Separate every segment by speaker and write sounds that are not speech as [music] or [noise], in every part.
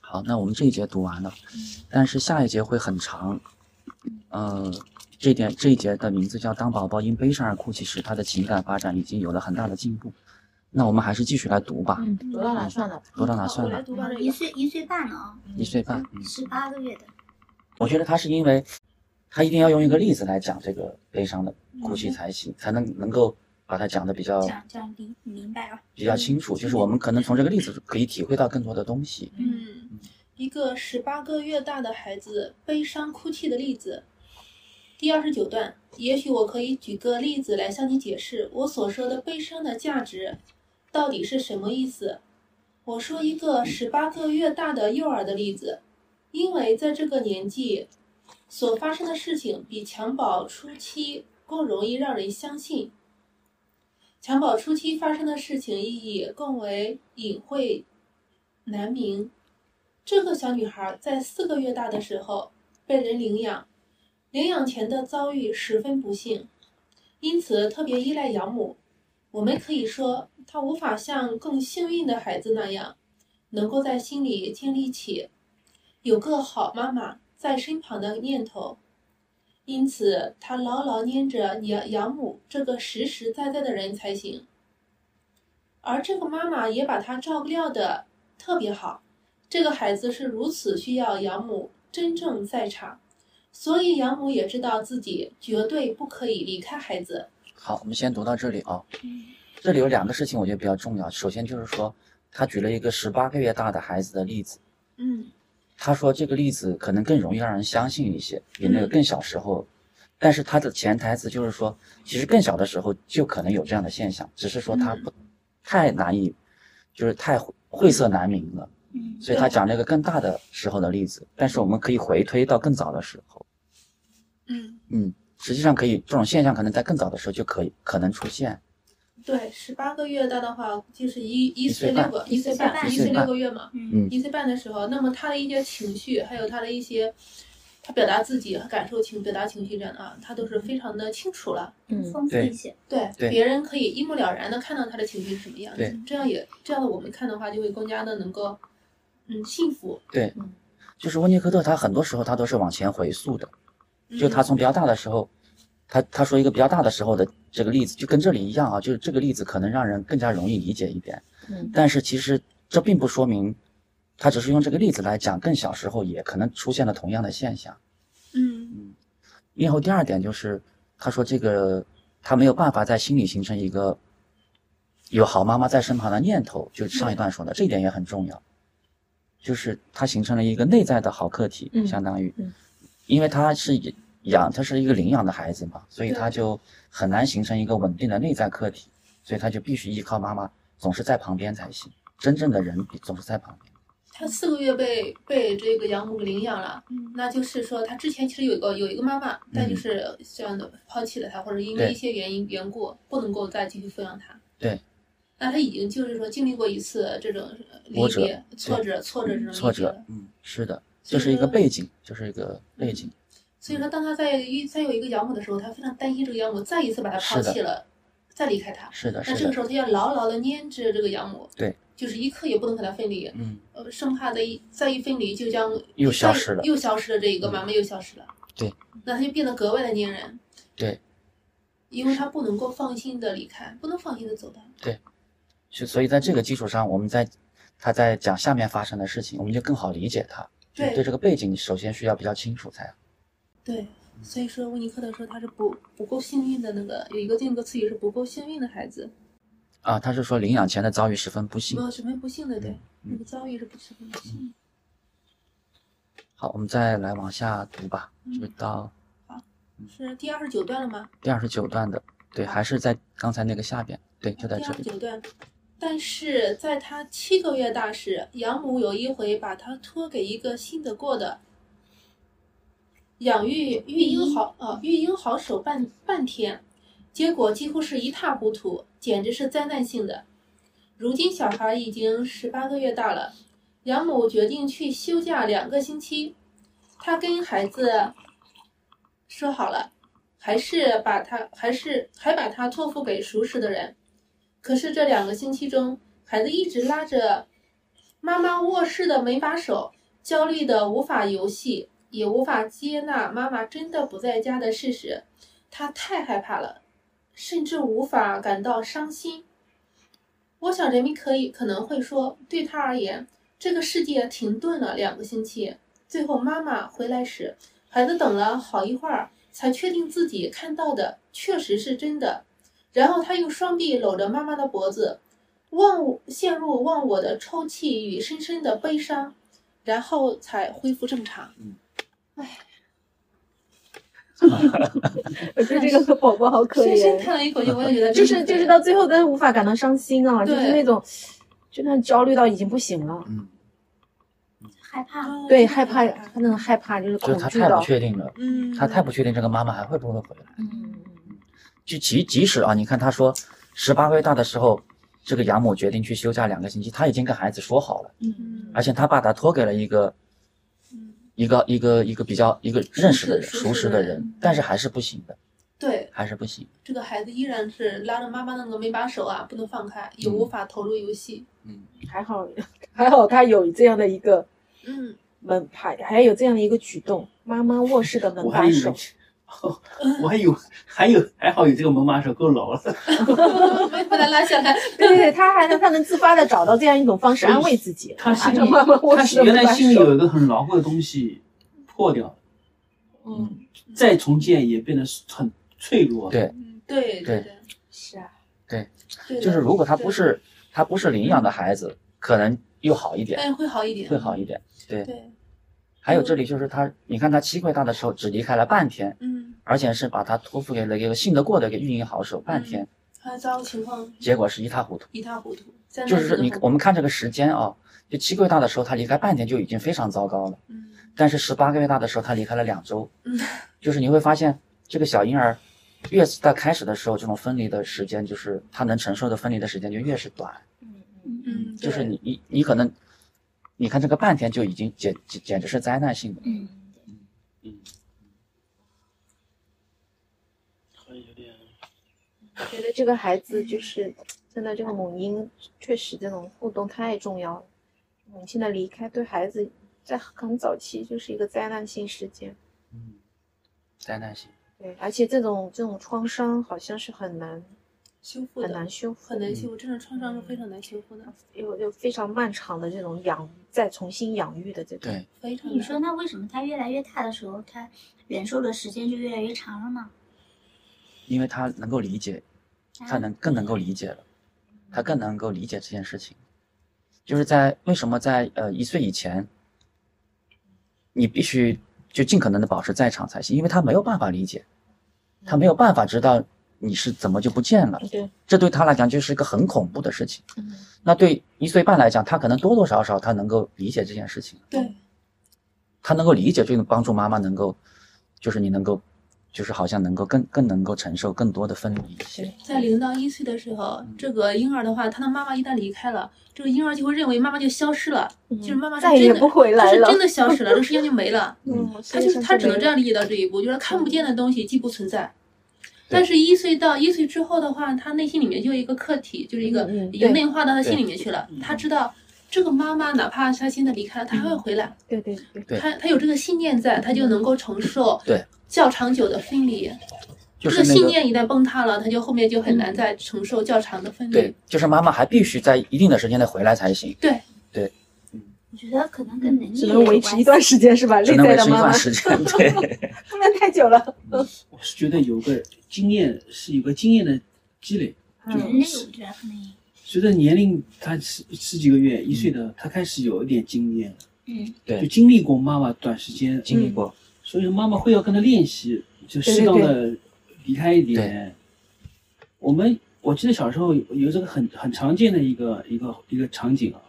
Speaker 1: 好，那我们这一节读完了，但是下一节会很长。呃，这点这一节的名字叫“当宝宝因悲伤而哭泣时，他的情感发展已经有了很大的进步”。那我们还是继续来读吧。
Speaker 2: 嗯，读到哪算哪。
Speaker 1: 读到哪
Speaker 3: 我
Speaker 1: 算
Speaker 3: 来
Speaker 1: 哪？
Speaker 3: 读吧，这
Speaker 4: 一
Speaker 3: 个
Speaker 4: 岁一岁半了啊，
Speaker 1: 一岁半。嗯，
Speaker 4: 十八个月的。
Speaker 1: 我觉得他是因为，他一定要用一个例子来讲这个悲伤的哭泣才行，才能能够把它讲的比较
Speaker 4: 这样这样明明白了。
Speaker 1: 比较清楚。就是我们可能从这个例子可以体会到更多的东西。
Speaker 3: 嗯，一个十八个月大的孩子悲伤哭泣的例子。第二十九段，也许我可以举个例子来向你解释我所说的悲伤的价值到底是什么意思。我说一个十八个月大的幼儿的例子，因为在这个年纪所发生的事情比襁褓初期更容易让人相信。襁褓初期发生的事情意义更为隐晦难明。这个小女孩在四个月大的时候被人领养，领养前的遭遇十分不幸，因此特别依赖养母。我们可以说，她无法像更幸运的孩子那样，能够在心里建立起有个好妈妈在身旁的念头，因此她牢牢粘着养养母这个实实在在的人才行。而这个妈妈也把她照顾料的特别好。这个孩子是如此需要养母真正在场，所以养母也知道自己绝对不可以离开孩子。
Speaker 1: 好，我们先读到这里啊、
Speaker 2: 嗯
Speaker 1: 这里有两个事情我觉得比较重要，首先就是说，他举了一个十八个月大的孩子的例子，
Speaker 3: 嗯
Speaker 1: 他说这个例子可能更容易让人相信一些，比那个更小时候。但是他的潜台词就是说，其实更小的时候就可能有这样的现象，只是说他不太难以，就是太晦涩难明了。
Speaker 4: 嗯
Speaker 1: 所以他讲了一个更大的时候的例子，但是我们可以回推到更早的时候。
Speaker 3: 嗯，
Speaker 1: 嗯，实际上可以，这种现象可能在更早的时候就可以可能出现。
Speaker 3: 对，十八个月大的话，就是一一
Speaker 1: 岁
Speaker 3: 岁
Speaker 1: 半
Speaker 3: 六个一岁
Speaker 4: 一岁
Speaker 3: 半
Speaker 4: 半
Speaker 3: 一岁六个月嘛，
Speaker 1: 嗯
Speaker 3: 一岁半的时候，那么他的一些情绪，还有他的一些，他表达自己和感受情表达情绪这样的啊，他都是非常的清楚了。
Speaker 2: 嗯，
Speaker 4: 丰富一些。
Speaker 3: 对，
Speaker 1: 对
Speaker 3: 别人可以一目了然的看到他的情绪是什么样
Speaker 1: 对
Speaker 3: 子，这样也这样的我们看的话，就会更加的能够，嗯，幸福。
Speaker 1: 对
Speaker 2: 嗯，
Speaker 1: 就是温尼科特，他很多时候他都是往前回溯的，
Speaker 3: 嗯
Speaker 1: 就他从比较大的时候，他他说一个比较大的时候的这个例子，就跟这里一样啊，就是这个例子可能让人更加容易理解一点。
Speaker 2: 嗯，
Speaker 1: 但是其实这并不说明，他只是用这个例子来讲，更小时候也可能出现了同样的现象。
Speaker 3: 嗯
Speaker 1: 然后第二点就是，他说这个他没有办法在心里形成一个有好妈妈在身旁的念头，就上一段说的，这一点也很重要，就是他形成了一个内在的好客体，
Speaker 2: 嗯
Speaker 1: 相当于
Speaker 2: 嗯，
Speaker 1: 因为他是养，他是一个领养的孩子嘛，所以他就很难形成一个稳定的内在客体，所以他就必须依靠妈妈，总是在旁边才行。真正的人总是在旁边，
Speaker 3: 他四个月被被这个养母给领养了，
Speaker 2: 嗯
Speaker 3: 那就是说他之前其实有一个有一个妈妈，但就是这样的抛弃了他，或者因为
Speaker 1: 对
Speaker 3: 一些原因缘故不能够再继续抚养他。
Speaker 1: 对。
Speaker 3: 那他已经就是说经历过一次这种呃离
Speaker 1: 波折
Speaker 3: 别、挫折、挫折这种离别
Speaker 1: 挫折
Speaker 3: 了，
Speaker 1: 嗯，是的，这
Speaker 3: 所以
Speaker 1: 是一个
Speaker 3: 说
Speaker 1: 背景，就是一个背景，
Speaker 3: 所以说，当他在一再有一个养母的时候，他非常担心这个养母再一次把他抛
Speaker 1: 是的
Speaker 3: 弃了，再离开他。
Speaker 1: 是的，
Speaker 3: 那
Speaker 1: 是
Speaker 3: 这个时
Speaker 1: 的，
Speaker 3: 候，他要牢牢的粘着这个养母，
Speaker 1: 对，
Speaker 3: 就是一刻也不能和他分离，
Speaker 1: 嗯，
Speaker 3: 呃，生怕再一再一分离就将
Speaker 1: 又消
Speaker 3: 再
Speaker 1: 失了嗯
Speaker 3: 又消失了这一个妈妈又消失了。
Speaker 1: 对，
Speaker 3: 那他就变得格外的粘人。
Speaker 1: 对，
Speaker 3: 因为他不能够放心的离开，不能放心的走的。
Speaker 1: 是，所以在这个基础上，我们在他在讲下面发生的事情，我们就更好理解他。就
Speaker 3: 对
Speaker 1: 对这个背景，首先需要比较清楚才好。
Speaker 3: 对，所以说温尼科特说他是不不够幸运的那个，有一个定个词语是不够幸运的孩子，
Speaker 1: 啊，他是说领养前的遭遇十分不幸
Speaker 3: 没。有十分不幸的，对，
Speaker 1: 嗯
Speaker 3: 那个遭遇是不十分不幸的。
Speaker 1: 好，我们再来往下读吧，就
Speaker 3: 嗯
Speaker 1: 到
Speaker 3: 是第二十九段了吗？
Speaker 1: 第二十九段的，对，还是在刚才那个下边，对，就在
Speaker 3: 第
Speaker 1: 这
Speaker 3: 二十
Speaker 1: 里。
Speaker 3: 九段，但是在他七个月大时，养母有一回把他托给一个信得过的养育育婴好呃育婴好手半半天，结果几乎是一塌糊涂，简直是灾难性的。如今小孩已经十八个月大了，养母决定去休假两个星期。她跟孩子说好了，还是把他还是还把他托付给熟识的人。可是这两个星期中，孩子一直拉着妈妈卧室的门把手，焦虑的无法游戏，也无法接纳妈妈真的不在家的事实，他太害怕了，甚至无法感到伤心。我想人民可以可能会说，对他而言，这个世界停顿了两个星期，最后妈妈回来时，孩子等了好一会儿，才确定自己看到的确实是真的。然后他用双臂搂着妈妈的脖子，忘我陷入忘我的抽泣与深深的悲伤，然后才恢复正常。
Speaker 2: 我觉得这个宝宝好可
Speaker 3: 深深
Speaker 2: 怜，
Speaker 3: 叹了一
Speaker 1: 嗯
Speaker 3: 口气，我也觉得
Speaker 2: 就
Speaker 3: 真
Speaker 2: 是
Speaker 3: 的
Speaker 2: 就是到最后都无法感到伤心啊，就
Speaker 3: 对
Speaker 2: 是那种真的焦虑到已经不行了，
Speaker 1: 嗯，
Speaker 4: 害怕
Speaker 3: 啊
Speaker 4: 了。
Speaker 2: 对，害怕，他那种害怕就是
Speaker 1: 就
Speaker 2: 恐
Speaker 1: 是他
Speaker 2: 惧
Speaker 1: 太不
Speaker 2: 到，
Speaker 1: 确定了，
Speaker 3: 哦嗯，
Speaker 1: 他太不确定这个妈妈还会不会回来。
Speaker 2: 嗯，
Speaker 1: 就即即使啊，你看他说十八个月大的时候，这个养母决定去休假两个星期，他已经跟孩子说好了，
Speaker 2: 嗯
Speaker 1: 而且他把他托给了一个一个一个一个比较一个认识的人、
Speaker 3: 熟识
Speaker 1: 熟识的人，嗯但是嗯还是不行的，
Speaker 3: 对
Speaker 1: 还是不行。
Speaker 3: 这个孩子依然是拉着妈妈的那个没把手啊，不能放开，也无法投入游戏。
Speaker 1: 嗯，
Speaker 2: 还好还好他有这样的一个
Speaker 3: 嗯， [laughs]
Speaker 2: 门牌，还有这样的一个举动，妈妈卧室的门
Speaker 5: 我还
Speaker 2: 把
Speaker 5: 以为
Speaker 2: 手，，
Speaker 5: [laughs] 我还以为还有还好有这个门把手够
Speaker 2: [laughs]
Speaker 5: 牢了，
Speaker 3: 没把他拉下
Speaker 1: [laughs]
Speaker 3: 来。
Speaker 2: 对对对，他还能他能自发的找到这样一种方式安慰自己，
Speaker 5: 他心
Speaker 2: 把
Speaker 5: 里
Speaker 2: 这妈妈卧
Speaker 5: 他
Speaker 2: 室的
Speaker 5: 原
Speaker 2: 门
Speaker 5: 来
Speaker 2: 把
Speaker 5: 心里
Speaker 2: 手，
Speaker 5: 有一个很牢固的东西破掉了，
Speaker 2: 嗯，
Speaker 5: 再重建也变得很脆弱。
Speaker 1: 对
Speaker 3: 嗯，对
Speaker 1: 对
Speaker 3: 对
Speaker 2: 是啊，
Speaker 3: 对的，
Speaker 1: 就是如果他不
Speaker 3: 对
Speaker 1: 是他不是领养的孩子，可能又好一点，
Speaker 3: 哎，会好一点，
Speaker 1: 会好一点。对，
Speaker 3: 对，
Speaker 1: 还有这里就是他，你看他七个月大的时候只离开了半天，
Speaker 3: 嗯，
Speaker 1: 而且是把他托付给了一个信得过的一个运营好手，半天，
Speaker 3: 他遭遇情况
Speaker 1: 结果是一塌糊涂。
Speaker 3: 一塌糊涂，在那
Speaker 1: 就是
Speaker 3: 个
Speaker 1: 你
Speaker 3: 红
Speaker 1: 我们看这个时间啊，就七个月大的时候他离开半天就已经非常糟糕了，
Speaker 3: 嗯
Speaker 1: 但是十八个月大的时候他离开了两周，
Speaker 3: 嗯，
Speaker 1: [laughs] 就是你会发现这个小婴儿。越是在开始的时候，这种分离的时间，就是他能承受的分离的时间就越是短。
Speaker 2: 嗯嗯。
Speaker 3: 嗯，
Speaker 1: 就是
Speaker 3: 对
Speaker 1: 你你你可能，你看这个半天就已经简简简直是灾难性的，
Speaker 4: 嗯，
Speaker 5: 嗯，好像有点
Speaker 2: 觉得这个孩子就是真的，这个母婴确实这种互动太重要了。母亲的离开对孩子在很早期就是一个灾难性事件，
Speaker 1: 嗯，灾难性。
Speaker 2: 对，而且这种这种创伤好像是很难
Speaker 3: 修复
Speaker 2: 很
Speaker 3: 的
Speaker 2: 难修复嗯
Speaker 3: 很，难修复，这种创伤是非常难修复的，
Speaker 2: 有有非常漫长的这种养再重新养育的这种。
Speaker 1: 对，
Speaker 3: 非常
Speaker 4: 你
Speaker 2: 嗯
Speaker 4: 说
Speaker 3: 难。
Speaker 4: 那为什么他越来越大的时候，他忍受的时间就越来越长了呢？
Speaker 1: 因为他能够理解，他能更能够理解了，他更能够理解这件事情，就是在为什么在呃一岁以前，你必须就尽可能的保持在场才行，因为他没有办法理解，他没有办法知道你是怎么就不见了，
Speaker 2: 对，
Speaker 1: 这对他来讲就是一个很恐怖的事情。
Speaker 2: 嗯
Speaker 1: 那对一岁半来讲，他可能多多少少他能够理解这件事情。
Speaker 3: 对，
Speaker 1: 他能够理解，就能帮助妈妈能够，就是你能够，就是好像能够更更能够承受更多的分离一些。
Speaker 3: 在零到一岁的时候，这个婴儿的话，他的妈妈一旦离开了，这个婴儿就会认为妈妈就消失了，就是妈妈
Speaker 2: 嗯
Speaker 3: 是
Speaker 2: 再也
Speaker 3: 真的
Speaker 2: 不回来
Speaker 3: 就是
Speaker 2: 了
Speaker 3: 真。的消失了，这个世界就没
Speaker 2: [laughs]
Speaker 3: 了。
Speaker 2: 嗯，
Speaker 3: 他就是他只能这
Speaker 2: 样。
Speaker 3: 样理解到这一步，就是看不见的东西既不存在。但是，一岁到一岁之后的话，他内心里面就有一个客体，就是一个
Speaker 2: 嗯嗯
Speaker 3: 已经
Speaker 2: 对
Speaker 3: 内化到他心里面去了。
Speaker 1: 嗯
Speaker 3: 他知道这个妈妈，哪怕他现在离开了，他还会回来。
Speaker 2: 对对对，
Speaker 1: 对
Speaker 3: 他他有这个信念在，他就能够承受
Speaker 1: 对
Speaker 3: 较长久的分离。
Speaker 1: 就
Speaker 3: 这
Speaker 1: 是
Speaker 3: 个
Speaker 1: 那
Speaker 3: 信
Speaker 1: 个
Speaker 3: 念一旦崩塌了，他就后面就很难再承受较长的分离。
Speaker 1: 对，就是妈妈还必须在一定的时间内回来才行，
Speaker 3: 对
Speaker 4: 我觉得可能跟
Speaker 3: 嗯
Speaker 4: 能力
Speaker 2: 嗯只能维持一段时间是吧？
Speaker 1: 只
Speaker 2: 内
Speaker 1: 能维
Speaker 2: 在
Speaker 1: 持
Speaker 2: 的
Speaker 1: 一
Speaker 2: 妈嗯妈
Speaker 1: 段时间。对，
Speaker 2: 不能太久了。
Speaker 5: 我是觉得有个经验是有个经验的积累，
Speaker 4: 间，人类我觉得可能也，
Speaker 5: 随着年龄，他十十几个月、一岁的，他开始有一点经验了，
Speaker 4: 嗯，
Speaker 1: 对
Speaker 5: 就经历过妈妈短时间，
Speaker 1: 经历过，
Speaker 5: 所以妈妈会要跟他练习，就适当的离开一点。我们我记得小时候有有这个很很常见的一个一个一个场景啊，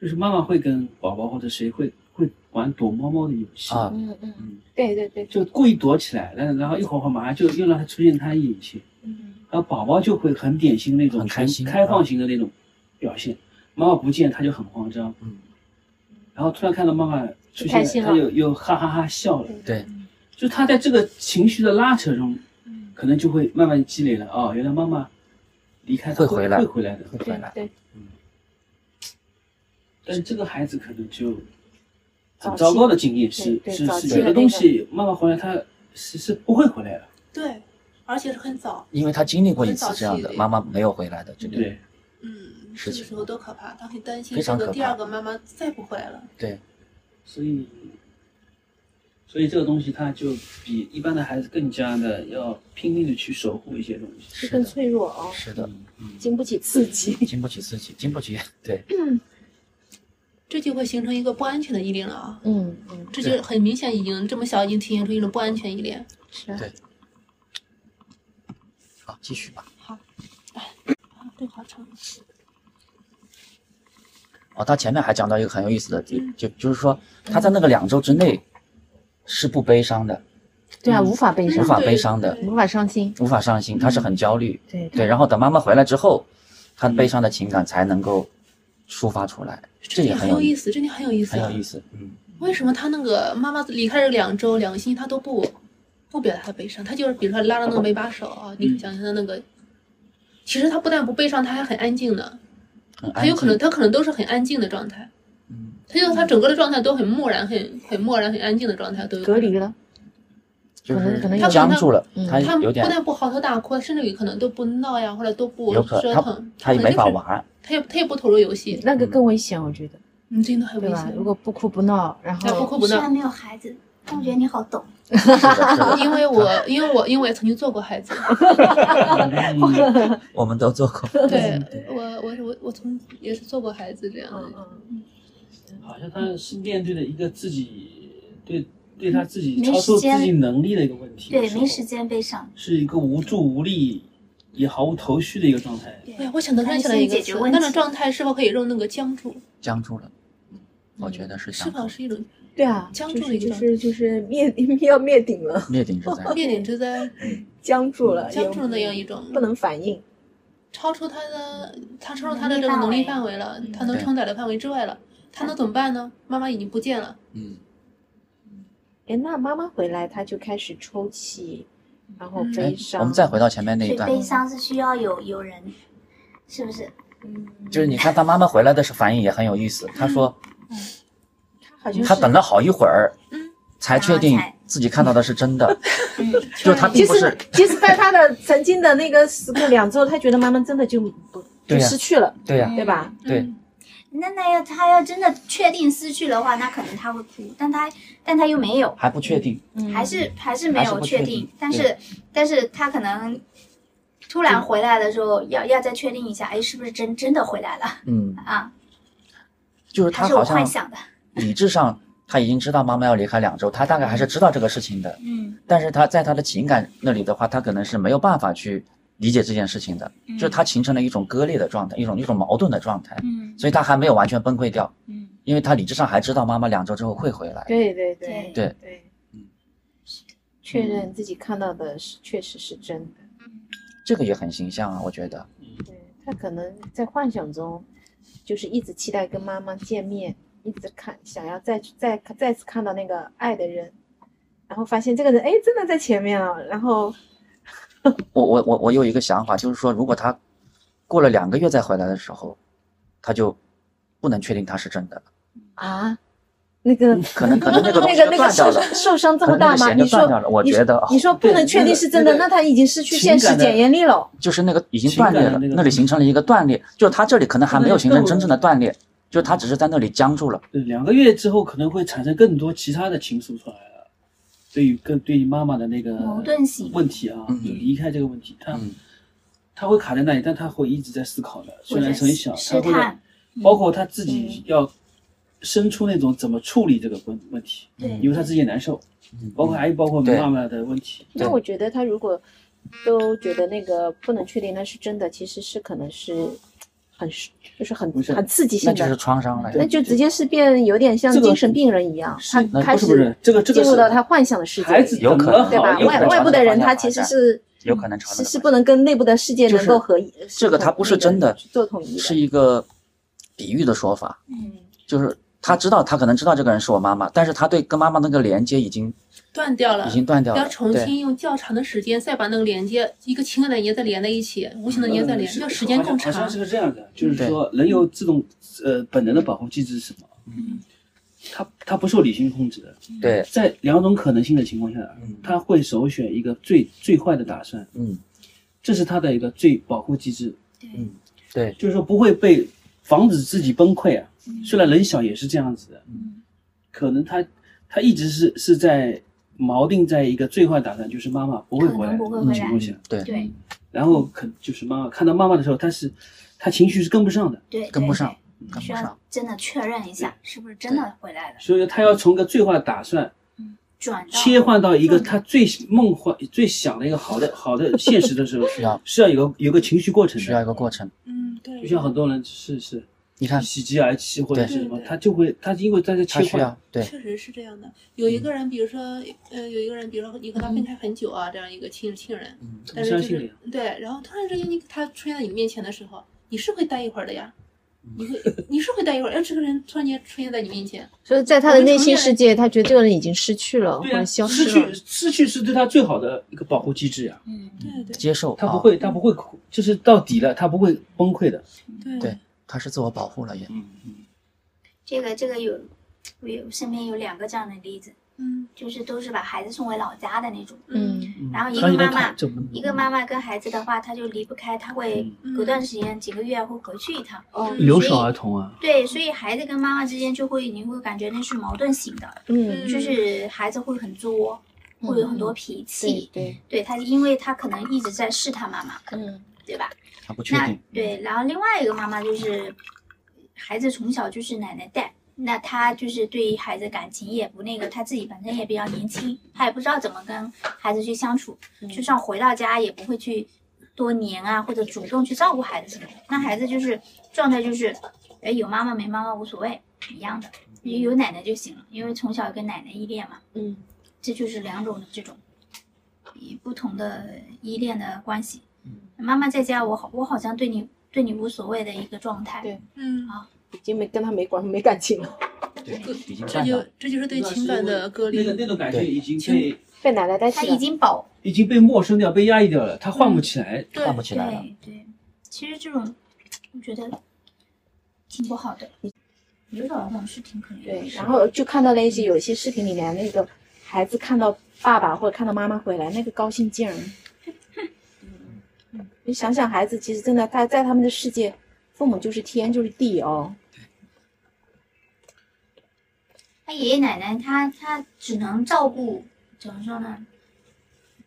Speaker 5: 就是妈妈会跟宝宝或者谁会会玩躲猫猫的游戏
Speaker 1: 啊
Speaker 2: 嗯嗯，
Speaker 1: 嗯，
Speaker 2: 对对对，
Speaker 5: 就故意躲起来，然后然后一会儿马上就又让他出现他的眼前，
Speaker 2: 嗯
Speaker 5: 然后宝宝就会很典型那种
Speaker 1: 很开心啊
Speaker 5: 开放型的那种表现，妈妈不见他就很慌张，
Speaker 1: 嗯，
Speaker 5: 然后突然看到妈妈出现
Speaker 2: 开心了
Speaker 5: 他又又哈哈哈笑了。
Speaker 1: 对，
Speaker 5: 就他在这个情绪的拉扯中，
Speaker 2: 嗯
Speaker 5: 可能就会慢慢积累了啊、原来妈妈离开她
Speaker 1: 会回来
Speaker 5: 会回来的。
Speaker 1: 会
Speaker 2: 对
Speaker 1: 回来。
Speaker 2: 对，
Speaker 5: 但是这个孩子可能就很糟糕的经验，是
Speaker 2: 对对
Speaker 5: 是
Speaker 2: 早
Speaker 5: 是
Speaker 2: 期
Speaker 5: 有
Speaker 2: 的
Speaker 5: 的
Speaker 2: 那
Speaker 5: 东
Speaker 2: 个
Speaker 5: 西妈妈回来她是是不会回来的，
Speaker 3: 对，而且是很早，
Speaker 1: 因为他经历过一
Speaker 3: 很
Speaker 1: 次
Speaker 3: 早
Speaker 1: 这样
Speaker 3: 期
Speaker 1: 的
Speaker 3: 的
Speaker 1: 妈妈没有回来的这个，
Speaker 5: 对，
Speaker 3: 嗯，这
Speaker 1: 是
Speaker 3: 个
Speaker 1: 情
Speaker 3: 时候多可怕！他会担心
Speaker 1: 非
Speaker 3: 这
Speaker 1: 常
Speaker 3: 个
Speaker 1: 可
Speaker 3: 第
Speaker 1: 怕
Speaker 3: 二个妈妈再不回来了。
Speaker 1: 对，
Speaker 5: 所以所以这个东西它就比一般的孩子更加的要拼命的去守护一些东西。
Speaker 2: 是
Speaker 1: 是
Speaker 2: 更
Speaker 1: 的，
Speaker 2: 脆弱哦，
Speaker 1: 是的，
Speaker 5: 嗯，
Speaker 2: 经不起刺激。
Speaker 1: 经不起刺激，经不起，对，
Speaker 3: 这就会形成一个不安全的依恋了啊！
Speaker 2: 嗯嗯，
Speaker 3: 这就很明显，已经这么小已经体现出一种不安全依恋。
Speaker 2: 是啊
Speaker 1: 对好，继续吧。
Speaker 3: 啊，对，好长。
Speaker 1: 哦，他前面还讲到一个很有意思的点
Speaker 3: 嗯，
Speaker 1: 就就是说他在那个两周之内是不悲伤的，
Speaker 2: 对啊，
Speaker 3: 嗯
Speaker 2: 无法悲
Speaker 1: 无
Speaker 2: 伤，
Speaker 1: 法悲伤的
Speaker 3: 对
Speaker 2: 无法伤心。
Speaker 1: 无法上心，他是很焦虑，
Speaker 2: 对
Speaker 1: 对，然后等妈妈回来之后，他悲伤的情感才能够抒发出来，这也
Speaker 3: 点
Speaker 1: 很
Speaker 3: 很
Speaker 1: 有
Speaker 3: 有
Speaker 1: 意
Speaker 3: 意
Speaker 1: 思，
Speaker 3: 思，这点很有意思
Speaker 1: 很
Speaker 3: 啊
Speaker 1: 有。意思，嗯，
Speaker 3: 为什么他那个妈妈离开这两周、两个星期，他都不不表达他悲伤？他就是比如说拉着那个梅把手啊，你
Speaker 5: 嗯
Speaker 3: 想象的那个，其实他不但不悲伤，他还很安静的，
Speaker 1: 很安
Speaker 3: 他有可能
Speaker 1: 静，
Speaker 3: 他可能都是很安静的状态，
Speaker 1: 嗯，
Speaker 3: 他就他整个的状态都很漠然、很很漠然、很安静的状态都有。
Speaker 2: 隔离了，
Speaker 3: 嗯
Speaker 1: 就
Speaker 2: 可能
Speaker 1: 是
Speaker 2: 可能
Speaker 3: 有
Speaker 1: 僵住了
Speaker 2: 嗯，
Speaker 1: 他
Speaker 3: 他
Speaker 1: 有
Speaker 3: 不
Speaker 1: 点，
Speaker 3: 但不嚎啕大哭，甚至有可能都不闹呀，或者都不
Speaker 1: 有可
Speaker 3: 折
Speaker 1: 他
Speaker 3: 腾，
Speaker 1: 他也
Speaker 3: 可能
Speaker 1: 没
Speaker 3: 就
Speaker 1: 法
Speaker 3: 是，
Speaker 1: 玩，
Speaker 3: 他也他也不投入游戏，
Speaker 2: 那个更危险，我觉得，
Speaker 3: 嗯，真的很危
Speaker 2: 对吧
Speaker 3: 险？。
Speaker 2: 如果不哭不闹，然
Speaker 3: 他不
Speaker 2: 后
Speaker 3: 哭不
Speaker 4: [laughs] 虽
Speaker 3: 闹
Speaker 4: 然，没有孩子，但我觉得你好懂。
Speaker 1: 是的，是
Speaker 3: [laughs]
Speaker 1: 的，
Speaker 3: 因为我因为我因为我也曾经做过孩子，
Speaker 5: 嗯
Speaker 1: 我们都做过，
Speaker 3: 对我，我是我我从也是做过孩子这样
Speaker 2: 嗯
Speaker 3: 的，
Speaker 2: 嗯，
Speaker 5: 好像他是面对的一个自己对对他自己
Speaker 4: 没
Speaker 5: 超出
Speaker 4: 时间
Speaker 5: 自己能力的一个问题的
Speaker 4: 对，
Speaker 5: 时候，
Speaker 4: 没时间悲伤。
Speaker 5: 是一个无助无力也毫无头绪的一个状态。
Speaker 4: 对
Speaker 3: 哎，我想到上想到一
Speaker 4: 担心
Speaker 3: 个
Speaker 4: 解
Speaker 3: 词
Speaker 4: 决，问题
Speaker 3: 那种状态是否可以用那个僵住？
Speaker 1: 僵住了，我觉得是
Speaker 3: 是
Speaker 1: 僵
Speaker 3: 否
Speaker 1: 住，
Speaker 3: 是一种
Speaker 2: 对啊，
Speaker 3: 僵
Speaker 2: 就
Speaker 3: 住了
Speaker 2: 是
Speaker 3: 一
Speaker 2: 就
Speaker 3: 段
Speaker 2: 是就是灭 [laughs] 要灭顶了，
Speaker 1: 灭顶之灾，
Speaker 3: 灭顶之灾、
Speaker 1: 嗯
Speaker 2: 僵住了，
Speaker 3: 嗯僵住
Speaker 2: 也
Speaker 3: 的那样一种，
Speaker 2: 不能反应。
Speaker 3: 超出他的，他超出他的这个能力范围了，嗯他能
Speaker 1: 对
Speaker 3: 承载的范围之外了，他能怎么办呢？妈妈已经不见了，
Speaker 1: 嗯，
Speaker 2: 哎，那妈妈回来，她就开始抽泣，然后
Speaker 3: 嗯
Speaker 1: 哎
Speaker 2: 悲，伤。
Speaker 1: 我们再回到前面那
Speaker 4: 所
Speaker 1: 一
Speaker 4: 以
Speaker 1: 段，嗯
Speaker 4: 悲伤是需要有有人，是不是？
Speaker 2: 嗯，
Speaker 1: 就是你看他妈妈回来的时候反应也很有意思，他说
Speaker 2: 她好像
Speaker 1: 他
Speaker 2: 是
Speaker 1: 等了好一会儿
Speaker 3: 嗯，
Speaker 1: 才确定
Speaker 4: 然后才
Speaker 1: 自己看到的是真的，
Speaker 4: 嗯，
Speaker 1: [laughs] 就是他
Speaker 2: 其
Speaker 1: 并不
Speaker 2: 实
Speaker 1: 是，
Speaker 2: 其实，在他的曾经的那个时刻两周，他觉得妈妈真的就不就
Speaker 1: 对呀
Speaker 2: 失去了，
Speaker 1: 对啊呀，
Speaker 2: 对吧？
Speaker 1: 对
Speaker 3: 嗯，
Speaker 4: 那那要他要真的确定失去的话，那可能他会哭，但他但他又没有，
Speaker 1: 还不确定，
Speaker 2: 嗯
Speaker 4: 还是还是没
Speaker 1: 嗯还是
Speaker 4: 有
Speaker 1: 不
Speaker 4: 确
Speaker 1: 确
Speaker 4: 定
Speaker 1: 定，
Speaker 4: 但
Speaker 1: 对
Speaker 4: 是但是他可能突然回来的时候，要要再确定一下，哎，是不是真真的回来了
Speaker 1: 嗯，
Speaker 4: 啊？
Speaker 1: 就是
Speaker 4: 还
Speaker 1: 他
Speaker 4: 是我
Speaker 1: 好
Speaker 4: 幻
Speaker 1: 像
Speaker 4: 想的？
Speaker 1: 理智上他已经知道妈妈要离开两周，他大概还是知道这个事情的，
Speaker 4: 嗯，
Speaker 1: 但是他在他的情感那里的话，他可能是没有办法去理解这件事情的，就是他形成了一种割裂的状态，一种一种矛盾的状态，
Speaker 4: 嗯
Speaker 1: 所以他还没有完全崩溃掉，
Speaker 4: 嗯，
Speaker 1: 因为他理智上还知道妈妈两周之后会回来，
Speaker 2: 对对
Speaker 1: 对
Speaker 4: 对
Speaker 2: 对
Speaker 1: 嗯，
Speaker 2: 嗯确认自己看到的是确实是真的。
Speaker 1: 这个也很形象啊，我觉得，
Speaker 2: 对他可能在幻想中，就是一直期待跟妈妈见面，一直看想要再去再再次看到那个爱的人，然后发现这个人哎真的在前面了，然后
Speaker 1: 我我我我有一个想法，就是说如果他过了两个月再回来的时候，他就不能确定他是真的了，
Speaker 2: 啊，那个
Speaker 1: 可嗯能可能那个东
Speaker 2: [laughs] 那
Speaker 1: 西
Speaker 2: 个
Speaker 1: 就
Speaker 2: 那个
Speaker 1: 断掉
Speaker 2: 受
Speaker 1: 了。
Speaker 2: 伤受伤这
Speaker 1: 可
Speaker 2: 么
Speaker 1: 能那
Speaker 2: 大
Speaker 1: 个
Speaker 2: 吗？
Speaker 1: 弦
Speaker 2: 你
Speaker 1: 就
Speaker 2: 说
Speaker 1: 断掉了，我
Speaker 2: 你
Speaker 1: 觉
Speaker 2: 说
Speaker 1: 得啊
Speaker 2: 你说不
Speaker 5: 对
Speaker 2: 能确
Speaker 5: 那
Speaker 2: 定
Speaker 5: 个
Speaker 2: 是真的，
Speaker 5: 那个
Speaker 2: 那他已经失去
Speaker 5: 情
Speaker 2: 现实
Speaker 5: 感的
Speaker 2: 检验力了。
Speaker 1: 就是那个已经
Speaker 5: 情
Speaker 1: 断裂
Speaker 5: 感的
Speaker 1: 了，
Speaker 5: 那个
Speaker 1: 那里形成了一个断裂，就是它这里可能还没有形成真正的断裂，就是它只是在那里僵住了。
Speaker 5: 对，两个月之后可能会产生更多其他的情愫出来了。对于跟对于妈妈的那个
Speaker 4: 矛盾性
Speaker 5: 问题啊，
Speaker 1: 嗯
Speaker 5: 就离开这个问题，他
Speaker 1: 嗯
Speaker 5: 他会卡在那里，但他会一直在思考的。虽然
Speaker 4: 或者
Speaker 5: 很小，
Speaker 4: 试
Speaker 5: 他会
Speaker 4: 探嗯
Speaker 5: 包括他自己要生出那种怎么处理这个问问题，
Speaker 4: 对
Speaker 5: 因为他自己也难受，
Speaker 2: 嗯
Speaker 5: 包括还有包括
Speaker 1: 对
Speaker 5: 妈妈的问题。
Speaker 2: 那
Speaker 1: 对
Speaker 2: 我觉得他如果都觉得那个不能确定那是真的，其实是可能是很是就是很
Speaker 5: 不是
Speaker 2: 很刺激性
Speaker 1: 那就
Speaker 2: 的，
Speaker 1: 是创伤了呀。
Speaker 2: 那就直接是变有点像
Speaker 5: 这个
Speaker 2: 精神病人一样，
Speaker 5: 是
Speaker 2: 他
Speaker 1: 那
Speaker 2: 开
Speaker 5: 不是不
Speaker 2: 始
Speaker 5: 是这个这
Speaker 2: 进
Speaker 5: 个
Speaker 2: 入
Speaker 5: 是
Speaker 2: 到他幻想的世
Speaker 5: 孩子
Speaker 2: 界，
Speaker 1: 有可能
Speaker 2: 对吧？
Speaker 1: 有可
Speaker 2: 外
Speaker 1: 能
Speaker 2: 外部的人
Speaker 1: 朝这个
Speaker 2: 他
Speaker 1: 方向
Speaker 2: 其实
Speaker 1: 发展
Speaker 2: 是
Speaker 1: 有可能朝
Speaker 2: 是
Speaker 1: 那个
Speaker 2: 是
Speaker 1: 方
Speaker 2: 不能跟内部的世界
Speaker 1: 就
Speaker 2: 能够
Speaker 1: 是
Speaker 2: 合一。
Speaker 1: 这个它不是真的
Speaker 2: 是做统一
Speaker 1: 是一个比喻的说法，
Speaker 4: 嗯，
Speaker 1: 就是他知道他可能知道这个人是我妈妈，但是他对跟妈妈那个连接已经
Speaker 3: 断掉了
Speaker 4: 呃
Speaker 1: 已。经断掉
Speaker 3: 要
Speaker 1: 了。
Speaker 3: 重
Speaker 1: 对，
Speaker 3: 新用较长的时间再把那个连接，一个情感的连接再连在一起，无形的连接再连，
Speaker 5: 是
Speaker 3: 要时间更
Speaker 5: 嗯好像好像
Speaker 3: 长
Speaker 5: 是。个这样的，就是说人有自动呃本能的保护机制是什么？他他不受理性控制的，
Speaker 1: 对，
Speaker 5: 在两种可能性的情况下
Speaker 1: 嗯，
Speaker 5: 他会首选一个最最坏的打算，
Speaker 1: 嗯，
Speaker 5: 这是他的一个最保护机制，
Speaker 4: 对
Speaker 1: 嗯对，
Speaker 5: 就是说不会被防止自己崩溃啊。虽然人小也是这样子的，
Speaker 4: 嗯
Speaker 5: 可能他他一直是是在锚定在一个最坏打算，就是妈妈不会回来
Speaker 4: 可能不会
Speaker 5: 的
Speaker 4: 回来
Speaker 5: 情况下，
Speaker 1: 对，
Speaker 4: 对
Speaker 5: 然后可就是妈妈看到妈妈的时候，他是他情绪是跟不上的，
Speaker 4: 对，
Speaker 1: 跟不
Speaker 4: 对
Speaker 1: 上，
Speaker 4: 对
Speaker 1: 跟
Speaker 4: 需
Speaker 1: 不上
Speaker 4: 要，真的确认一下是不是真的回来了，
Speaker 5: 所以他要从个最坏的打算
Speaker 4: 转到
Speaker 5: 切换到一个
Speaker 4: 嗯
Speaker 5: 他最梦幻、最想的一个好的、好的现实的时
Speaker 1: [laughs]
Speaker 5: 候，
Speaker 1: 需要
Speaker 5: 是要有个有个情绪过程
Speaker 1: 需要一
Speaker 5: 的。
Speaker 1: 啊个过程。
Speaker 3: 嗯，对，
Speaker 5: 就像很多人是是
Speaker 1: 你看，
Speaker 5: 喜极而泣或者
Speaker 1: 对
Speaker 5: 是什么，
Speaker 3: 对对
Speaker 5: 他就会他因为他在
Speaker 1: 他
Speaker 5: 切
Speaker 1: 需
Speaker 5: 换
Speaker 1: 要，对，
Speaker 3: 确实是这样的。有一个人，比如说，呃，有一个人，比如说你和他分开很久啊，这样一个亲亲人，
Speaker 1: 嗯，
Speaker 3: 但
Speaker 5: 不
Speaker 3: 是
Speaker 5: 相
Speaker 3: 就
Speaker 5: 信的啊呀
Speaker 3: 是对，然后突然之间你他出现在你面前的时候，你是会待一会儿的呀，
Speaker 5: 嗯
Speaker 3: 你会你是会待一会儿，要这个人突然间出现在你面前，
Speaker 2: 所以在他
Speaker 3: 我
Speaker 2: 的
Speaker 3: 们
Speaker 2: 内
Speaker 3: 成
Speaker 2: 心
Speaker 3: 年
Speaker 2: 世
Speaker 3: 人
Speaker 2: 界，他觉得这个人已经失去了，或
Speaker 5: 对啊，
Speaker 2: 者消
Speaker 5: 失
Speaker 2: 失了
Speaker 5: 去。失去是对他最好的一个保护机制呀。
Speaker 4: 嗯
Speaker 3: 对对
Speaker 1: 接
Speaker 2: 哦
Speaker 1: 受
Speaker 5: 他不
Speaker 1: 啊，
Speaker 5: 会，他不会哭，就是到底了，他不会崩溃的。
Speaker 3: 对
Speaker 1: 对他是自我保护了也。
Speaker 5: 嗯嗯，
Speaker 4: 这个这个有我有身边有两个这样的例子，
Speaker 3: 嗯
Speaker 4: 就是都是把孩子送回老家的那种，
Speaker 2: 嗯，
Speaker 4: 然后一个
Speaker 5: 他应该
Speaker 4: 妈妈
Speaker 5: 看这不
Speaker 4: 一个妈妈跟孩子的话，他就离不开，他会
Speaker 3: 嗯
Speaker 4: 隔段时间几个月会回去一趟。嗯
Speaker 2: 哦
Speaker 1: 嗯
Speaker 5: 留守儿童啊，
Speaker 4: 对，所以孩子跟妈妈之间就会，你会感觉那是矛盾型的，
Speaker 2: 嗯，
Speaker 4: 就是孩子会很作，会有很多脾
Speaker 2: 对
Speaker 4: 气。
Speaker 2: 对，
Speaker 4: 对他，因为他可能一直在试探妈妈，
Speaker 2: 嗯
Speaker 4: 对吧？
Speaker 1: 他不确
Speaker 4: 那
Speaker 1: 定，
Speaker 4: 对，然后另外一个妈妈就是，孩子从小就是奶奶带，那她就是对孩子感情也不那个，她自己本身也比较年轻，她也不知道怎么跟孩子去相处，就算回到家也不会去多黏啊，或者主动去照顾孩子什么的。那孩子就是状态就是，哎，有妈妈没妈妈无所谓，一样的，有奶奶就行了，因为从小跟奶奶依恋嘛，
Speaker 2: 嗯
Speaker 4: 这就是两种的这种，以不同的依恋的关系。妈妈在家，我好，我好像对你对你无所谓的一个状态。
Speaker 2: 对
Speaker 3: 嗯，
Speaker 2: 已经没跟他没关没感情了，
Speaker 1: 对，已经
Speaker 3: 这
Speaker 1: 站
Speaker 3: 就
Speaker 1: 到
Speaker 3: 这就是对情感的割
Speaker 5: 那个
Speaker 3: 裂
Speaker 5: 那，种感觉
Speaker 1: 对
Speaker 5: 已经
Speaker 3: 情
Speaker 5: 被
Speaker 2: 被奶奶代
Speaker 4: 他
Speaker 2: 替
Speaker 4: 已
Speaker 2: 了。
Speaker 4: 经保
Speaker 5: 已经被陌生掉、被压抑掉了，他唤不起来。
Speaker 3: 对
Speaker 1: 换不起来了。
Speaker 4: 对对，其实这种我觉得挺不好的。留守儿童是挺可怜的。
Speaker 2: 对，然后就看到了一些有一些视频里面那个孩子看到爸爸或者看到妈妈回来，那个高兴劲儿。嗯，你想想，孩子其实真的他在他们的世界，父母就是天就是地哦。
Speaker 4: 他爷爷奶奶他他只能照顾怎么说呢？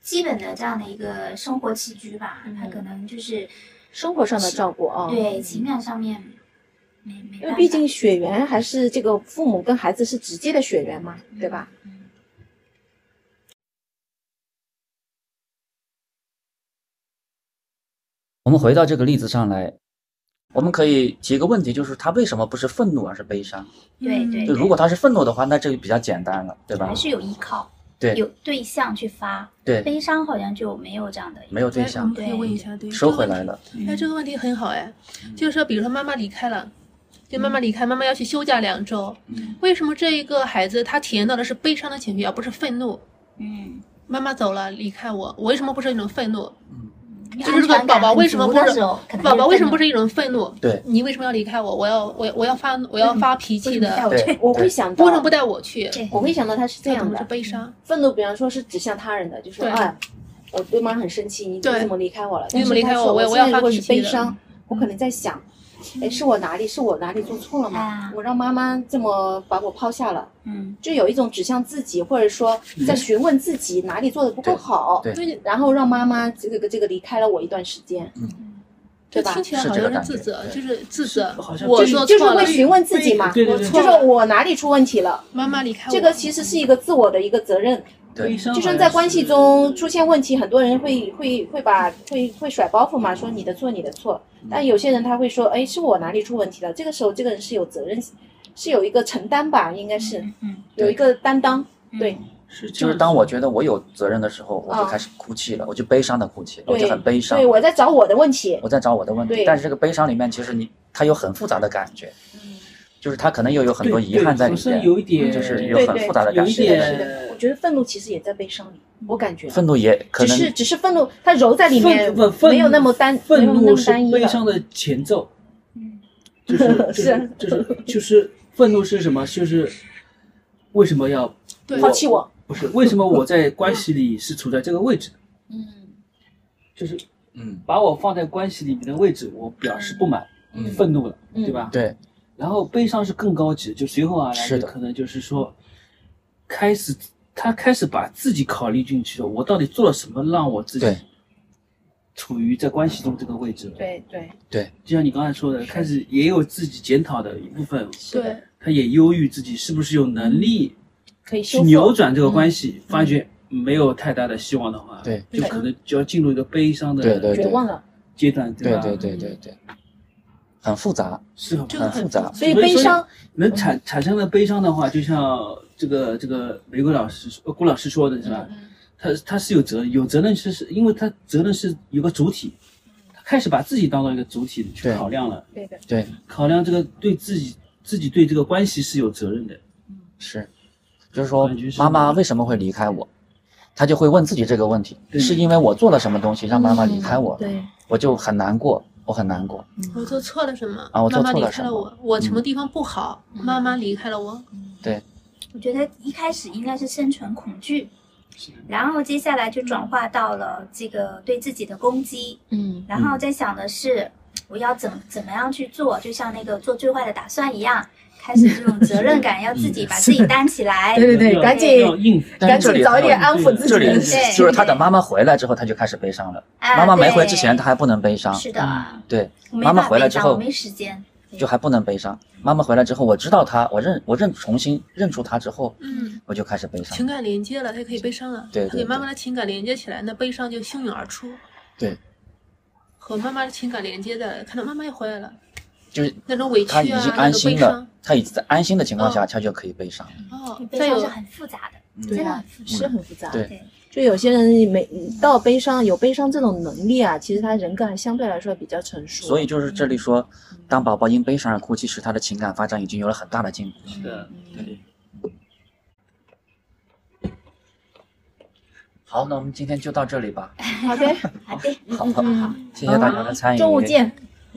Speaker 4: 基本的这样的一个生活起居吧，他
Speaker 2: 嗯
Speaker 4: 可能就是
Speaker 2: 生活上的照顾哦，
Speaker 4: 对情感上面没没
Speaker 2: 因
Speaker 4: 办
Speaker 2: 为
Speaker 4: 法。
Speaker 2: 毕竟血缘还是这个父母跟孩子是直接的血缘嘛，对吧？
Speaker 1: 我们回到这个例子上来，我们可以提一个问题，就是他为什么不是愤怒而是悲伤？
Speaker 4: 对对
Speaker 1: 就如果他是愤怒的话，那这个比较简单了，对吧
Speaker 4: 还？是有依靠，
Speaker 1: 对
Speaker 4: 有对象去发。
Speaker 1: 对，
Speaker 4: 悲伤好像就没有这样的一个
Speaker 1: 没有对
Speaker 3: 哎我
Speaker 1: 象
Speaker 3: 们，可以问一下，对，
Speaker 1: 收回来了，
Speaker 3: 哎，这个问题很好哎，
Speaker 5: 嗯
Speaker 3: 就是说，比如说妈妈离开了，就妈妈离开，妈妈要去休假两周，
Speaker 5: 嗯
Speaker 3: 为什么这一个孩子他体验到的是悲伤的情绪，而不是愤怒？
Speaker 4: 嗯，
Speaker 3: 妈妈走了，离开我，我为什么不是一种愤怒？就是
Speaker 4: 安
Speaker 3: 这个
Speaker 4: 全感
Speaker 3: 宝宝
Speaker 4: 很
Speaker 3: 为什么
Speaker 4: 足
Speaker 3: 不
Speaker 4: 的
Speaker 3: 是
Speaker 4: 时候可能
Speaker 3: 宝宝为什么不
Speaker 4: 是
Speaker 3: 是一种愤怒？
Speaker 1: 对
Speaker 3: 你为什么要离开我？我要我要我要发我要发脾气
Speaker 4: 真的
Speaker 3: 的，
Speaker 4: 为什么
Speaker 1: 对
Speaker 2: 我会想到，
Speaker 3: 为什么不带我去？
Speaker 4: 带我去？
Speaker 2: 我会想到他是这
Speaker 3: 那怎
Speaker 2: 样
Speaker 3: 么是
Speaker 2: 的，
Speaker 3: 悲伤？
Speaker 2: 愤怒，比方说是指向他人的，就说
Speaker 3: 对
Speaker 2: 哎，我对妈很生气，你
Speaker 3: 对
Speaker 2: 怎么离开我了？
Speaker 3: 你
Speaker 2: 但
Speaker 3: 怎么
Speaker 2: 是
Speaker 3: 离开
Speaker 2: 他
Speaker 3: 我
Speaker 2: 说
Speaker 3: 我也
Speaker 2: 我
Speaker 3: 我
Speaker 2: 现
Speaker 3: 要
Speaker 2: 在
Speaker 3: 发
Speaker 2: 如果
Speaker 3: 脾
Speaker 2: 是
Speaker 3: 气
Speaker 2: 悲
Speaker 3: 的嗯
Speaker 2: 伤，我可能在想，哎，是我哪里是我哪里做错了吗
Speaker 3: 嗯
Speaker 4: 啊？
Speaker 2: 我让妈妈这么把我抛下了，
Speaker 4: 嗯，
Speaker 2: 就有一种指向自己，或者说
Speaker 5: 嗯
Speaker 2: 在询问自己哪里做的不够好，
Speaker 1: 对
Speaker 3: 对，
Speaker 2: 然后让妈妈这个这个这个离开了我一段时间，
Speaker 3: 这
Speaker 2: 对吧
Speaker 3: 听起来
Speaker 1: 是
Speaker 3: 好
Speaker 1: 这个
Speaker 3: 像是
Speaker 1: 感觉
Speaker 3: 自责，
Speaker 1: 对
Speaker 3: 就是自责
Speaker 5: 是好，像
Speaker 3: 我
Speaker 5: 就是
Speaker 3: 说
Speaker 2: 就是
Speaker 3: 错了
Speaker 2: 会，询问自己嘛，
Speaker 5: 对对
Speaker 3: 我
Speaker 5: 对
Speaker 3: 错
Speaker 2: 就
Speaker 3: 了
Speaker 2: 是我哪里出问题了。
Speaker 3: 妈妈离开我，
Speaker 2: 这个其实是一个自我的一个责任，
Speaker 5: 悲
Speaker 1: 对，
Speaker 5: 伤
Speaker 2: 就
Speaker 5: 好
Speaker 2: 是
Speaker 5: 像
Speaker 2: 在关系中出现问题，很多人会会会把会会甩包袱嘛，说你的错你的错。
Speaker 1: 嗯
Speaker 2: 但有些人他会说，哎，是我哪里出问题了？这个时候这个人是有责任，是有一个承担吧，应该是
Speaker 4: 嗯嗯，
Speaker 2: 有一个担当。对，
Speaker 5: 是这
Speaker 1: 就
Speaker 5: 样
Speaker 1: 是
Speaker 5: 子
Speaker 1: 当我觉得我有责任的时候，我就
Speaker 2: 啊
Speaker 1: 开始哭泣了，我就悲伤的哭泣，我就
Speaker 2: 对
Speaker 1: 很悲伤
Speaker 2: 对，我在找我的问题。
Speaker 1: 我在找我的问题。
Speaker 2: 对
Speaker 1: 但是这个悲伤里面，其实你它有很复杂的感觉，就是它可能又有很多
Speaker 5: 对
Speaker 1: 遗憾在里
Speaker 5: 对总
Speaker 1: 面，
Speaker 5: 是有一点
Speaker 1: 就是有
Speaker 2: 对
Speaker 1: 很
Speaker 2: 对
Speaker 1: 复杂的
Speaker 5: 有
Speaker 1: 感
Speaker 5: 一
Speaker 1: 觉
Speaker 5: 点
Speaker 1: 在
Speaker 2: 是
Speaker 1: 里面。
Speaker 2: 的，我觉得愤怒其实也在悲伤里，我感觉。
Speaker 1: 愤怒也可
Speaker 2: 只
Speaker 1: 能
Speaker 2: 是只是愤怒，它揉在里面
Speaker 5: 愤愤，
Speaker 2: 没有那么单，没
Speaker 5: 愤
Speaker 2: 有那
Speaker 5: 怒
Speaker 2: 么
Speaker 5: 是
Speaker 2: 单一
Speaker 5: 悲
Speaker 2: 了。
Speaker 5: 伤的前奏，
Speaker 4: 嗯
Speaker 5: 就是就是
Speaker 2: 是
Speaker 5: 就是就是愤怒是什么？就是为什么要
Speaker 3: 对
Speaker 2: 抛弃我，
Speaker 5: 不是为什么我在关系里是处在这个位置的？
Speaker 4: 嗯
Speaker 5: 就是
Speaker 1: 嗯
Speaker 5: 把我放在关系里面的位置，我表示不满、
Speaker 1: 嗯，
Speaker 5: 愤怒了，
Speaker 4: 嗯
Speaker 5: 对吧？
Speaker 1: 对，
Speaker 5: 然后悲伤是更高级，就随后而来
Speaker 1: 是
Speaker 5: 的
Speaker 1: 的
Speaker 5: 可能就是说，开始他开始把自己考虑进去了，我到底做了什么让我自己
Speaker 1: 对
Speaker 5: 处于在关系中这个位置？
Speaker 2: 对对，
Speaker 5: 就像你刚才说的，开始也有自己检讨的一部分，
Speaker 2: 是的
Speaker 3: 对，
Speaker 5: 他也忧郁自己是不是有能力
Speaker 2: 可以
Speaker 5: 去
Speaker 2: 修
Speaker 5: 扭
Speaker 2: 复，
Speaker 5: 转这个关系，发觉没有太大的希望的话，
Speaker 1: 嗯对，
Speaker 5: 就可能就要进入一个悲伤
Speaker 1: 对对
Speaker 5: 的
Speaker 2: 绝望了。
Speaker 5: 阶段，
Speaker 1: 对
Speaker 5: 吧？
Speaker 1: 对对对对，很复杂，
Speaker 5: 是很
Speaker 3: 这个
Speaker 1: 很
Speaker 3: 很
Speaker 1: 复杂，
Speaker 2: 所以
Speaker 5: 所以
Speaker 2: 悲
Speaker 5: 说
Speaker 2: 伤，
Speaker 5: 能产产生了悲伤的话，就像这个这个玫瑰老师说呃顾老师说的是
Speaker 2: 嗯
Speaker 5: 吧？他他是有责任，有责任是是因为他责任是有个主体，他开始把自己当做一个主体去
Speaker 1: 对
Speaker 5: 考量了，
Speaker 2: 对的，
Speaker 1: 对，
Speaker 5: 考量这个对自己自己对这个关系是有责任的，
Speaker 1: 是，就是说
Speaker 5: 感觉是
Speaker 1: 妈妈为什么会离开我，他就会问自己这个问题，
Speaker 5: 对
Speaker 1: 是因为我做了什么东西让妈妈离开我，
Speaker 2: 嗯对，
Speaker 1: 我就很难过，我很难过，
Speaker 3: 我做错了什么？
Speaker 1: 嗯啊我做
Speaker 3: 妈妈
Speaker 1: 错
Speaker 3: 离
Speaker 1: 了
Speaker 3: 开
Speaker 1: 什
Speaker 3: 了
Speaker 1: 么
Speaker 3: 我，我什么
Speaker 1: 嗯
Speaker 3: 地方不好？
Speaker 4: 嗯
Speaker 3: 妈妈离开了我，
Speaker 1: 对，
Speaker 4: 我觉得一开始应该是生存恐惧，
Speaker 5: 是的
Speaker 4: 然后接下来就转化到了这个对自己的攻击，
Speaker 2: 嗯
Speaker 4: 然后再想的是我要怎么怎么样去做，就像那个做最坏的打算一样，开始这种责
Speaker 1: [laughs]
Speaker 4: 任感，要自
Speaker 1: 嗯
Speaker 4: 己把自己担起来。
Speaker 2: 对对对
Speaker 5: 要
Speaker 2: 赶紧
Speaker 5: 要应付，
Speaker 1: 但
Speaker 2: 赶
Speaker 1: 是这
Speaker 2: 紧
Speaker 1: 里
Speaker 2: 早一点
Speaker 5: 还
Speaker 2: 安
Speaker 5: 有
Speaker 2: 抚
Speaker 5: 一个
Speaker 2: 自己。
Speaker 1: 这里
Speaker 4: 对
Speaker 1: 就是他等妈妈回来之后，他就开始悲伤了。
Speaker 4: 啊
Speaker 1: 妈妈没回
Speaker 4: 对
Speaker 1: 之前，他还不能悲伤，
Speaker 4: 是的，
Speaker 1: 对，
Speaker 4: 我没
Speaker 1: 妈妈
Speaker 4: 法
Speaker 1: 回来
Speaker 4: 陪
Speaker 1: 之
Speaker 4: 她
Speaker 1: 后
Speaker 4: 我没时间。
Speaker 1: 就还不能悲伤。妈妈回来之后，我知道她，我认我认重新认出她之后，
Speaker 3: 嗯，
Speaker 1: 我就开始悲伤
Speaker 3: 情。感连接了，他也可以悲伤了。
Speaker 1: 对对
Speaker 3: 他给妈
Speaker 1: 对
Speaker 3: 妈的情感连接起来，那悲伤就汹涌而出。
Speaker 1: 对，
Speaker 3: 和妈妈的情感连接的，看到妈妈又回来了，
Speaker 1: 就是
Speaker 3: 那种委屈
Speaker 1: 她
Speaker 3: 啊，
Speaker 1: 已经
Speaker 3: 那
Speaker 1: 安
Speaker 3: 种悲
Speaker 1: 心
Speaker 3: 伤
Speaker 1: 了，，她已经在安心的情况下，
Speaker 3: 嗯
Speaker 1: 她就可以悲伤。
Speaker 3: 哦，
Speaker 4: 悲
Speaker 3: 再
Speaker 4: 伤是
Speaker 3: 有
Speaker 4: 很复杂的，
Speaker 1: 嗯
Speaker 4: 真
Speaker 2: 对
Speaker 4: 的
Speaker 2: 啊
Speaker 4: 很复，杂。
Speaker 2: 是很复杂。
Speaker 1: 对
Speaker 4: 对，
Speaker 2: 就有些人没到悲伤，有悲伤这种能力啊，其实他人格还相对来说比较成熟。
Speaker 1: 所以就是这里说，当宝宝因悲伤而哭泣时，他的情感发展已经有了很大的进步。
Speaker 5: 是的，对
Speaker 1: 好，那我们今天就到这里吧。
Speaker 2: 好的，
Speaker 4: 好的，
Speaker 1: 好，好
Speaker 2: 嗯，
Speaker 4: 嗯
Speaker 1: 谢谢大家的参与。
Speaker 2: 中午见，